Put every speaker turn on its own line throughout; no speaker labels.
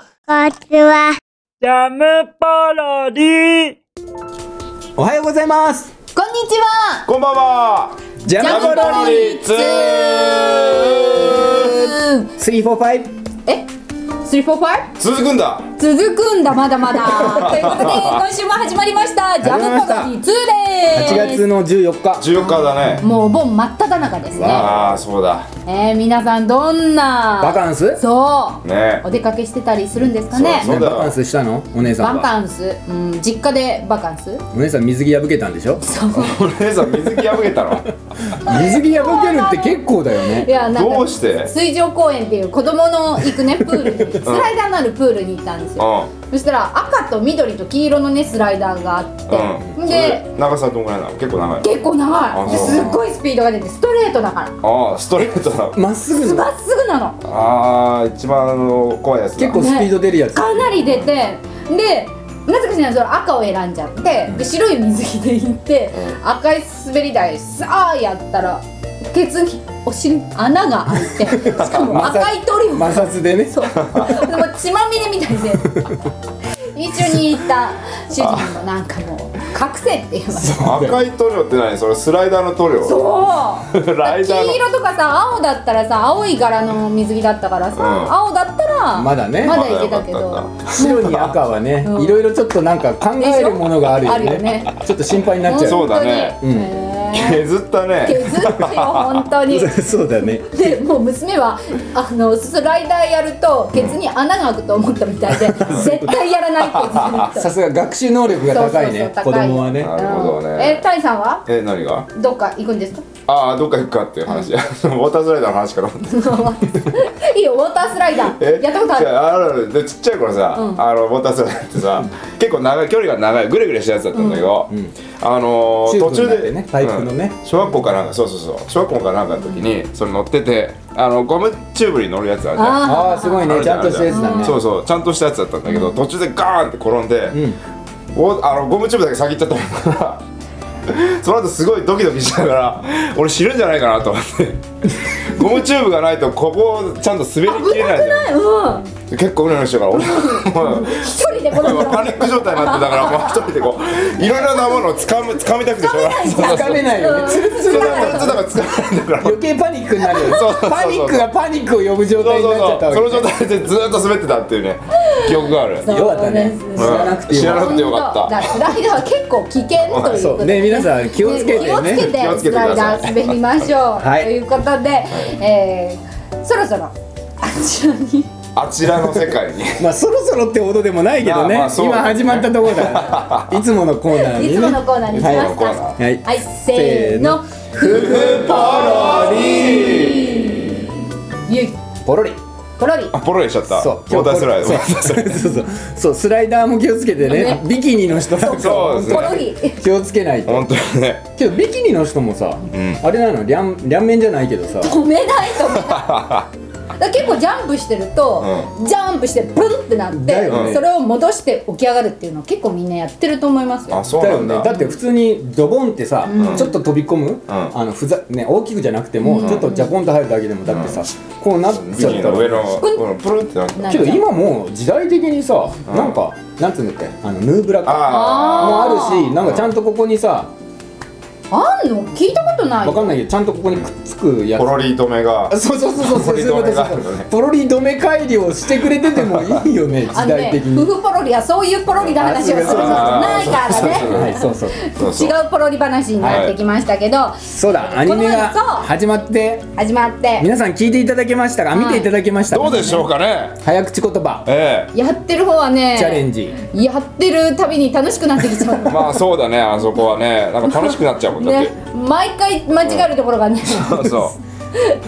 ちは。
ジャムパロディ
おはようございます
こんにちは。
こんばんは。
ジャ
ジ
ム
ャムパ
パ
ロ
ロ
デ
デ
ィ
ィ
ツー
345
え、three four five
続くんだ。
続くんだまだまだ。 ということで今週も始まりましたジャムパロディツー
8
です。
月の14日
十四日だね。
もうお盆真っただ中ですね。
ああ、そうだ。
えー、皆さんどんな
バカンス
そう、
ね
お。出かけしてたりするんですか
そ
ね。
うだよ
バカンスしたのお姉さん
バ
は
カンス、うん、実家でバカンス。
お姉さん水着破けたんでしょ
そう。
お姉さん、水着破けたの。
水着破けるって結構だよ
い
ね
やなん
ど
か
うして。
水上公園っていう子供の行くねプ ールにスライダーのあるプールに行ったんです
う
よ。そしたら赤と緑と黄色のねスライダーがあって、
ん。う
で
ん。それ、長さどんぐらいなの。結構長いの。
結構長い
あ
で
そう
すっごいスピードが出てストレートだから
ああ、ストレートだ。
まっすぐの
まっすぐなの
ああ、一番あの怖いやつだ。
結構スピード出るやつ
かなり出てでなぜかしらその赤を選んじゃってで白い水着で行って赤い滑り台さあやったらケツにお尻穴が開い てしかも赤いトリュフ
摩擦でね
そうでも血まみれみたいで一緒に行った主人もなんかもう隠せって言われて
赤い塗料って何それスライダーの塗料
そう
ライダーの
黄色とかさ青だったらさ青い柄の水着だったからさ、
うん
青だったら
まだね
まだいけたけど、
まだよか
白に赤はね
うん
いろいろちょっとなんか考えるものがあるよ
でしょあるよ
ね
ね
ちょっと心配になっちゃう
そうだね
本当に
うん
へ
削った
ー
ね
削ってよ本当 に
そうだね
でもう娘はあのスライダーやるとケツに穴が開くと思ったみたい で絶対やらないって言って
さすが学習能力が高い
そう
ね
そう
子
そう高い
供はね
なるほど
うん
ね
えタイさんは
え何が
どっか行くんですか
ああどっか行くかっていう話 ウォータースライダーの話かなと思って
いいよウォータースライダーやったことあ
じ
る
ゃああるあるでちっちゃい頃さ、
うん
あのウォータースライダーってさ結構長い距離が長いグレグレしたやつだったんだけど、あのー
チューブ
途中
になって
で、
ねパイプのね
うん小学校かなんかそうそうそう小学校かなんかの時に、それ乗っててあのゴムチューブに乗るやつあるじゃん
あ
ああすごい
あ
ね
る
ち
じ
ゃんとしたやつ
ある
だ
じ
ね
ゃんそうそうちゃんとしたやつだったんだけど、途中でガーンって転んで、
ん
おあのゴムチューブだけ先行っちゃったもんだから その後すごいドキドキしながら俺死ぬんじゃないかなと思って ゴムチューブがないとここをちゃんと滑りきれないじゃん
うん
結構うねうねしてから 俺もう
一人でこの
パニック状態になってたからもう一人でこういろいろなものを掴む掴みたくてしょうがないそうそう
つかめないよねつるつ
そ
る
う
だから
だから掴めないんだから
余計パニックになるよね
そうそうそうそう
パニックがパニックを呼ぶ状
そう
態に
そ
な
う
っちゃった
そう
わ
そ
け
の状態でずーっと滑ってたっていう ね記憶がある
よかったね
そう
知らなくてよ
知ら
か
な
っ
くてよかった
だらスライダーは結構危険ということ
た
で
そうね皆さん気をつけて
気をつけ
ね
気を
て
つ
ス
けてく
ラ
ださ
イ
い
ダー滑りましょう、
はい
ということで、えーそろそろあちらに
あちらの世界に
まあそろそろってほどでもないけどね
まあまあそう
今
だね
始まったところだ からいつものコーナーにね
いつものコーナーにしま
は
し
い
た
はい
は
はい
い、せーのゆい
ポロリ
ころり
あポロリしちゃった
そう
交代スライド
そうそうそうそうスライダーも気をつけてね
ね
ビキニの人なんか
そうです
ころ
ね
り
気をつけないと
本当にね
けどビキニの人もさあれなの両両面じゃないけどさ
止めないと めないだから結構ジャンプしてると、ジャンプしてブンってなって、
だよ
ね
それを戻して起き上がるっていうのを結構みんなやってると思いますよ
あそう
だ
な
よ
ん
ね
だ
だって普通にドボンってさ、ちょっと飛び込む、あのふざね、大きくじゃなくても、ちょっとジャコンと入るだけでもだってさ、こうなっ
ビ
ち
キ
ゃっ
ニ
た
の上
ら
のこのプルンってなった
な
けど
んか
今もう時代的にさ、なんかなんつうんだっけあのヌーブラも
あ
あるしなんかちゃんとここにさ
あんの聞いたことない
わかんないけどちゃんとここにくっつく
あ
やつ
ポロリ止めが
あそうそうそうそうそ
ポ
う
ロ
い
リ
うこと
止め
そ
が
う
ある
そ
の
う
ね
ポロリ止め改良してくれててもいいよね時
あの
代
ね
的、に、
夫婦ポロリはそういうポロリの話をすることないから
はい
ね
そうそう
そうそう
違うポロリ話になってきましたけど、
そうだアニメが
この前そう
始まって
始まって
皆さん聞いていただけましたか見ていただけましたか
どうでしょうかね
早口言葉
え
やってる方はね
チャレンジ
やってるたびに楽しくなってき ちゃう
えまあそうだねあそこはねなんか楽しくなっちゃうもんだっ
ね
て
毎回間違えるところが ね、
そうそう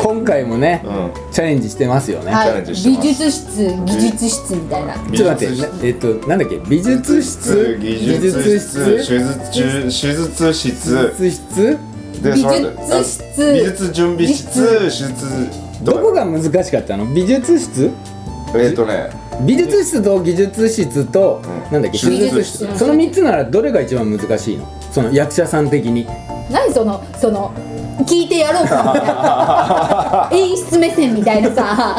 今回もね
うん
チャレンジしてますよね
は
チャレ
い、
ンジして
技
ます
術室技術室みたい な
ちょっと待ってなえっとなんだっけ美術室
技術室
技
手
術
術中手術室
室室
でその後
美術室
あ美術準備室手術
どこが難しかったの美術室
えっとね
美術室と技術室と、
うん
なんだっけ
手術
室
その3つならどれが一番難しいのその役者さん的に
何そのその聞いてやろうかみたい な演出目線みたいなさ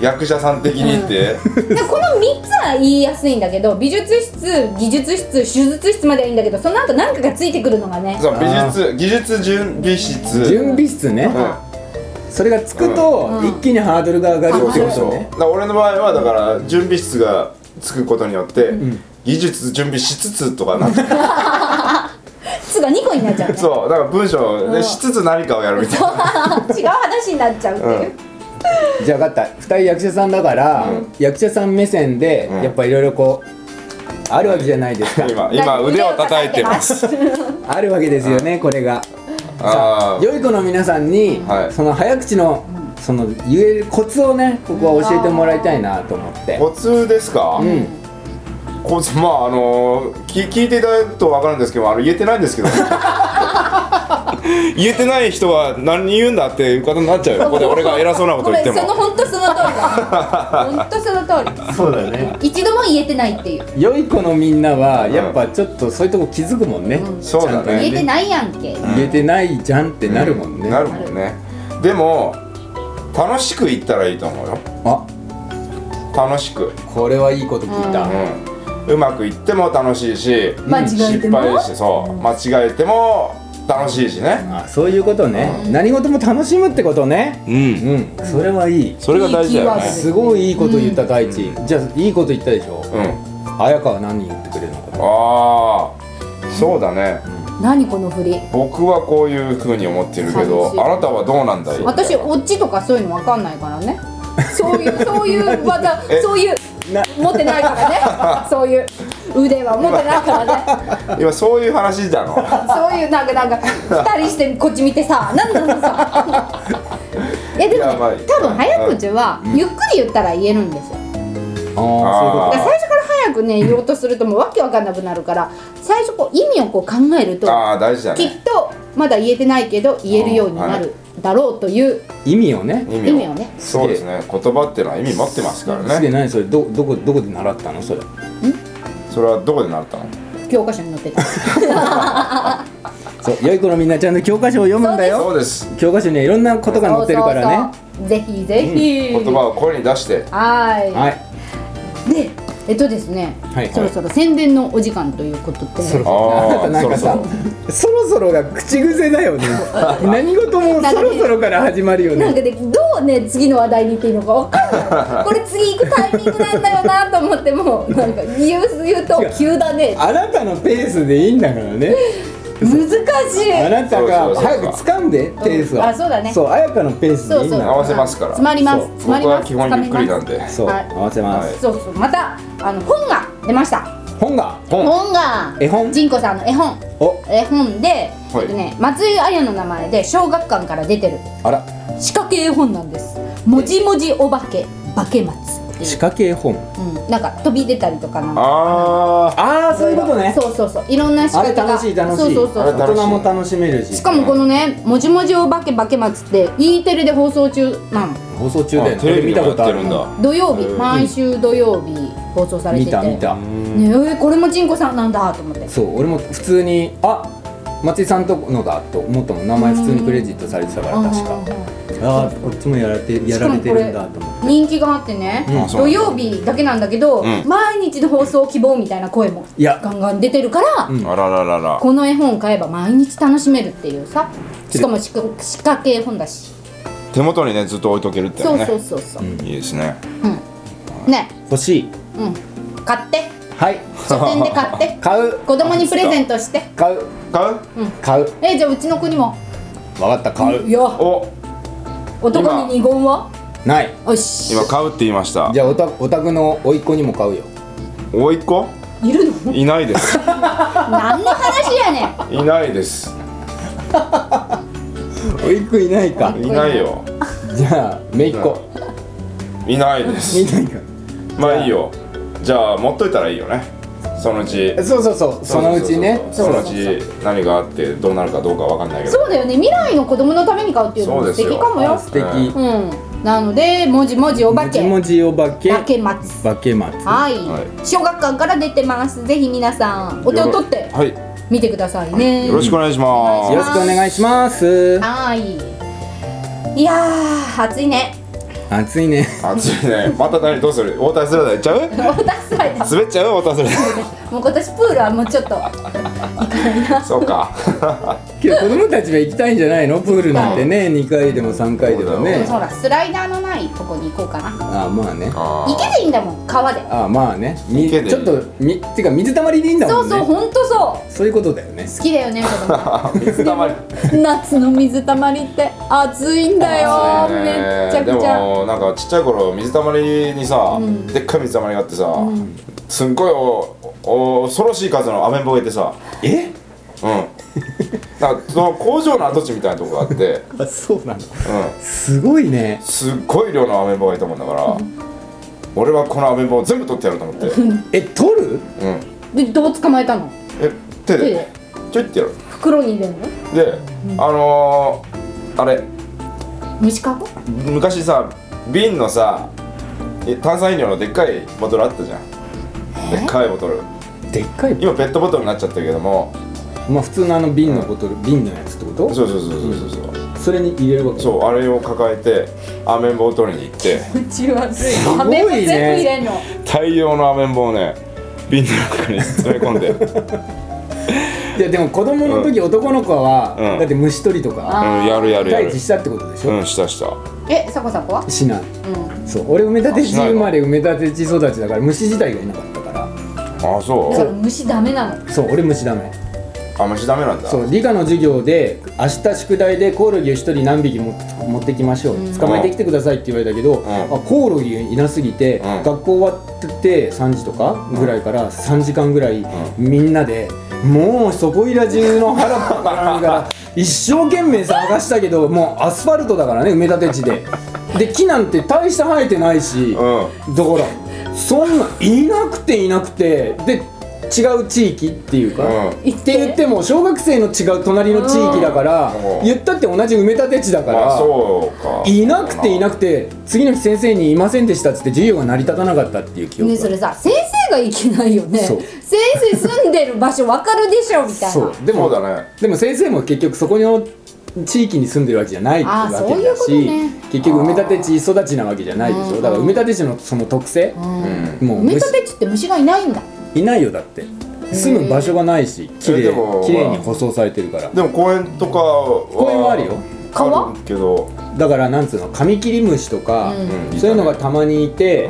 役者さん的にって、
でこの3つは言いやすいんだけど美術室技術室手術室まではいいんだけどその後何かがついてくるのがね
そう美術技術準備室
準備室ね、
うん
それがつくと、
うん
一気にハードルが上がる
そ
っ
う
て
そ
いうう
そ
こと
うだ
ね
から俺の場合はだから準備室がつくことによって、技術準備しつつとか なって
つが2個になっちゃうね
そうだから文章
う
で
ん
しつつ何かをやるみたいな
違う話になっちゃうっていう、
じゃあ分かった2人役者さんだから、役者さん目線で、
ん
やっぱいろいろこうあるわけじゃないですか
今今腕を叩い てます
す
あるわけですよねこれが
ああ
良い子の皆さんに、
はい
その早口のその言えるコツをねここは教えてもらいたいなと思って
コツですか、
うん
コツまああのー、き聞いていただくと分かるんですけどあの言えてないんですけど言えてない人は何言うんだっていう方になっちゃうよここで俺が偉そうなこ
こと
言
れ
って
そ
も
の本当その通りだ 本当その通
そうだね
り一度も言えてないっていう
良い子のみんなはやっぱちょっとそういうとこ気づくもんね、
うん
そうだね
ちゃんと
言えてないやんけ、
言えてないじゃんってなるもんね、
なるもんねでも楽しく行ったらいいと思うよ
あ
楽しく
これはいいこと聞いた、
うん、うまくいっても楽しいし
間違えても
失敗してそう間違えても楽しいしね
あそういうことね、何事も楽しむってことね
うん
うん、それはいい
それが大事だよ
いいキーワー
ね
ド
すごいいいこと言った大地、じゃあいいこと言ったでしょ、
うん
綾香は何言ってくれるのかな
ああそうだね
何この振り
僕はこういうふうに思ってるけど
寂しい
あなたはどうなんだい
私オッチとかそういうのわかんないからねそういうそういう技
え
そういう
な
持ってない からねそういう腕は持ってないからね
今そういう話だの
そういうなんかなんか二人してこっち見 てさなんなのさいやで
やば
も
い
ね多分早口はゆっくり言ったら言えるんですよ
あ
だ
あ
から最初から早くね言おうとするともうわけわかんなくなるから最初こう意味をこう考えると
ああ大事だ
き
ね
っとまだ言えてないけど言えるようになるだろうという
そういうこと意味をね
意
意
味
味
を
をね
そうですね言葉ってのは意味持ってますから
すげえ
ね
何それどどこどこで習ったのそれ
それはどこで習ったの
教科書に 載ってた。
そう良い子のみんなちゃんと教科書を読むんだよ
そうです
教科書にはいろんなことが載ってるからね
そうそうそうぜひぜひ、
言葉を声に出して
はい、
はい
でえっとですね、
はい
そろそろ宣伝のお時間ということで
そろ
あー
あなた なんかさ
そろ
そろそろが口癖だよね何事もそろそろから始まるよ
なん
ね
かねどうね次の話題に行っていいのかわかんないこれ次行くタイミングなんだよなと思ってもなんか言う言うと急だね
あなたのペースでいいんだからね
難しい
あなた
そう
が
そうそう
早く掴んでペースを
うんあそうだね
そう彩香のペースでいいんだ
合わせますから
詰まります
そう
詰まり
僕
ま
は
す
基本ゆっくりなんで
そう
はい
合わせます
そうそうまたあの本が出ました
本が
本
本が
絵本
ジンコさんの絵本
お
絵本で、
はい
えっとね、松井彩の名前で小学館から出てる
あら
仕掛け絵本なんですもじもじお化け化け松って
仕
いう、
掛け本
うん、なんか飛び出たりとかなんか
あ
ああそういうことね
そうそうそういろんな仕
あれ
掛けが
楽しい楽しい
そうそう
あれ
そう
楽
大
しい
人も楽しめるし
しかもこのね「もじもじお化け化け松」って E テレで放送中なの
放送中
あ
で
テレビ
見たことあ
で
る
もやって
土曜日
うん
毎週土曜日放送されて
見
て
た見た
ねえーこれもジンコさんなんだと思って
そう俺も普通にあ松井さんとのだと思ったもん名前普通にクレジットされてたから確かああこっちもやられてやられてるんだと思って
人気があってね、
うん
土曜日だけなんだけど、
うん
毎日の放送希望みたいな声も
いや
ガンガン出てるから、
うん
ああらららら
この絵本を買えば毎日楽しめるっていうさしかも仕掛仕掛け絵本だし、
手元にねずっと置いとけるっての
そ
は
う
ね
そうそうそう、
いいですね
うん、ね
欲しい
うん買って
はい
書店で買っ て
買う
子供にプレゼントして
買う
買う
買う
えじゃあうちの子にも
分かった買う
いや
お
男に二言は
ない
よし
今買うって言いました
じゃあおたお宅の甥っ子にも買うよ
おいっ子
いるの
いないで す
何の話や ねん
いないです
甥っ子いないか
いないよ
じゃあ姪っ子
いない で
い
す
ないか
まあいいよじゃあ持っといたらいいよねそのうち
そうそうそうそのうちね
そうそうそうそのうち何があってどうなるかどうかわかんないけど
そうだよね未来の子供のために買うっていうのも素敵かもよ
素敵
う
うんなのでもじもじお
も
化
じ
け
もじお化け
化け松
化け松
はい、
は
小学館から出てますぜひ皆さんお手を取って
はい
見てくださいね
よろしくお願いします
お
よ
願
ろ
い
しくお願いします
はーいいやー暑いね
暑いね
暑いねまた何どうするウォータースライダー行っちゃう
ウォータースライダー
滑っちゃうウォータースライ
もう今年プールはもうちょっと
ダ ーそうか
けど子供たちは行きたいんじゃないのプールなんてね2回でも3回でも
え
で
ね
もほらスライダーのないとこに行こうかな
ああまあね
あー
池でいいんだもん川で
ああまあねみ
池で
ちょっとみっていうか水たまりでいいんだ
そ
もん
う
ね
そうほんとそ
そういうことだよね
う好きだよね子供
あ水た まり
夏の水たまりって暑いんだよ
そうね
めっちゃ
で
くちゃ
もなんかちっちゃい頃水たまりにさ、
ん
でっかい水たまりがあってさ、すんごいおお恐ろしい数のアメンボがいてさ
え
うんなんかその工場の跡地みたいなとこがあって、
あそうなの
うん、
すごいね
すっごい量のアメンボがいたもんだから俺はこのアメンボを全部取ってやると思って、うん、
え取る
でどう捕まえたの
え手
手
で
で
ちょいってやる
袋に入れるの
で、あのー、あれ
虫かご
昔さ瓶のさえ炭酸飲料のでっかいボトルあったじゃんでっかいボトル
でっかい
今ペットボトルになっちゃったけども
まあ普通のあの瓶のボトル瓶のやつってこと
そうそうそうそうそうそう
それに入れるわけ
そうあれを抱えてアメンボを取りに行って
うちはずい
ごいね
アメも全部入れんの
大量のアメンボをね瓶の中に詰め込んでう
いやでも子供の時男の子は、
うん
だって虫取りとか
んやるやるや
対
る
峙したってことでしょ、
うんしたした
えさこさこは
しない
うん
そう俺埋め立て地
あしないの
生まれ埋め立て地育ちだから虫自体がいなかったから
ああそ
だから
う
虫ダメなの
そう俺虫ダメ
あ虫ダメなんだ
そう理科の授業で明日宿題でコオロギを一人何匹も持ってきましょう、捕まえてきてくださいって言われたけど、
ん
あコオロギいなすぎて、
うん
学校終わって3時とかぐらいから3時間ぐらい、みんなでもうそこいら中の腹パンパンから一生懸命探したけどもうアスファルトだからね埋め立て地でで木なんて大して生えてないし、
うん
だからそんないなくていなくてで違う地域っていうか、
うん
って言っても小学生の違う隣の地域だから
うん
言ったって同じ埋め立て地だか
まあ
ら
そうか
いなくていな
く
くて次の日先生にいませんでしたっつって授業が成り立たなかったっていう記憶
ね
が
それさ先生がいけないよね
そ
先
う
生住んでる場所わかるでしょみたいな
そう
で
でも
もそうだね
でも先生も結局そこの地域に住んでるわけじゃない
あ
わ
ー
けだ
そうい
し
うこ
結局埋め立て地育ちなわけじゃないでしょだから埋め立て地のその特性
うん
もう
埋め
虫
立て地って虫がいないんだ
いないよだって住む場所がないし綺
えーでも
麗綺麗に舗装されてるから
でも公園とかは
公園はあるよ
川
あるけど
だからなんつうのカミキリムシとか、
うん
そういうのがたまにいて、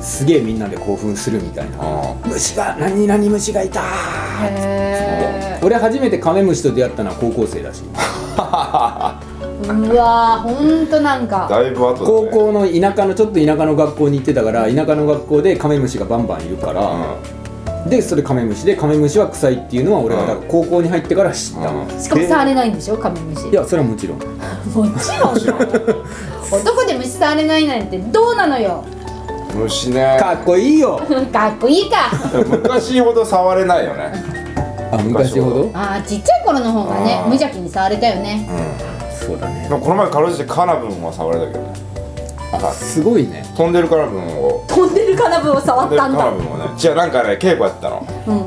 すげえみんなで興奮するみたいな、
あ
虫が何々虫がいたー
へ
俺初めてカメムシと出会ったのは高校生だし
うわーほんとなん
あ
か
だいぶ後だね
高校の田舎のちょっと田舎の学校に行ってたから田舎の学校でカメムシがバンバンいるから、でそれカメムシでカメムシは臭いっていうのは俺がだから高校に入ってから知った、
うん
しかも触れないんでしょカメムシ
いやそれはもちろん
もちろん男で虫触れないなんてどうなのよ
虫ね
かっこいいよ
かっこいいか
昔ほど触れないよね
あ昔ほど
あーちっちゃい頃の方がね
あー
無邪気に触れたよね
そうだね
でもこの前かろうじてカナブンは触れたけどね
あすごいね
飛んでるカナブンを
飛んでるカナブンを触
飛
っ
んでる
たん
カナ
だ
ブンをねじゃあなんかね稽古やってたの
うん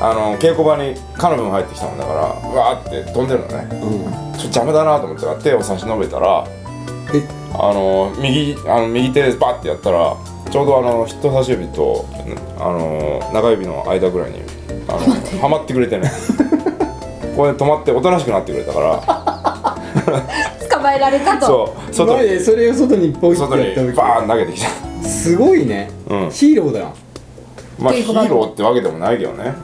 あの稽古場にカナブン入ってきたもんだからうわーって飛んでるのね
うん
ちょっと邪魔だなと思ってたから手を差し伸べたら
え
あの右あの右手でバッてやったらちょうどあの人差し指とあの中指の間ぐらいにあのはまってくれてねこれで止まっておとなしくなってくれたから
捕まえられたと
そう外
前
に
でそれを外にポイっ
外
てや
に
ったわけ
バーン投げてきた
すごいね、
うん
ヒーローだな
まあ
稽
ヒ
古場
ーローってわけでもないけどね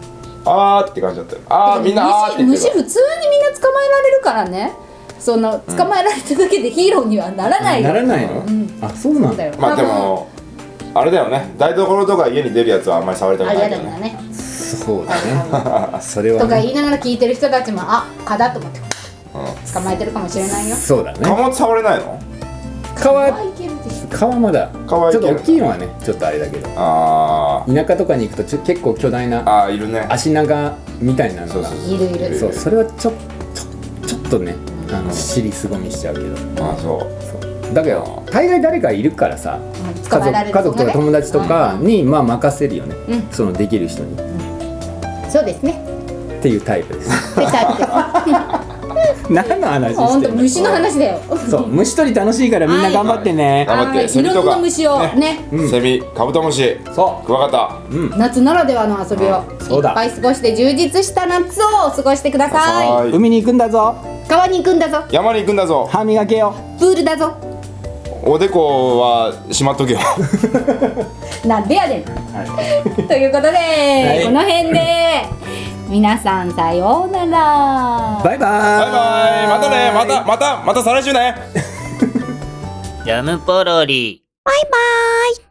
あーって感じだったよあーみんなあーって言っ
虫
て
虫
た
普通にみんな捕まえられるからねその捕まえられただけでヒーローにはならないよ
ならないの、あそうなん
だよ
まあで
多
もあれだよね台所とか家に出るやつはあんまり触りた
分あ
くない
嫌
け
だ
ど
よ
ね
ね
そうだね それは
とか言
ね
いながら聞いてる人たちもあ蚊だと思って捕まえてるかもしれないよ
そうだ
貨
ね
物触れないの
蚊
可
は
愛いけるでしょ
蚊はまだ
蚊はい
ち
け
ょっ
る
と大きいのはねちょっとあれだけど
あ
田舎とかに行くとちょ結構巨大
ー
な
あーいるね
足長みたいなの
そう
が
そうそう
いるいる
そうそれはちょちょちょっとねあの尻すごみしちゃうけど
あそう
そうだけど大概誰かいるからさ
うん捕
家
まえら
族
れる
家族とか友達と
うん
かにまあ任せるよね、
うん
そのできる人に
そうですね
っていうタイプです
ペタって
何の話
ほ
し
ん
て
と
んの
虫の話だよ
そう虫取り楽しいからみんな頑張ってね、
はい頑張って
はい
セ
い
ミとか
ろんな虫をね
うん
セミカブトムシ
そ
クワガタ
夏ならではの遊びを
そう
い
だ
っぱい過ごして充実した夏をお過ごしてくださ
はい
う海に行くんだぞ
川に行くんだぞ
山に行くんだぞ
歯磨けよ
プールだぞ
おでこはしまっ とけよ
なんでやねん ということで、
い
この辺で皆さんさようなら
バイバーイ
バイバイまたねまたまたまた再来週ね
ジャムポロリ。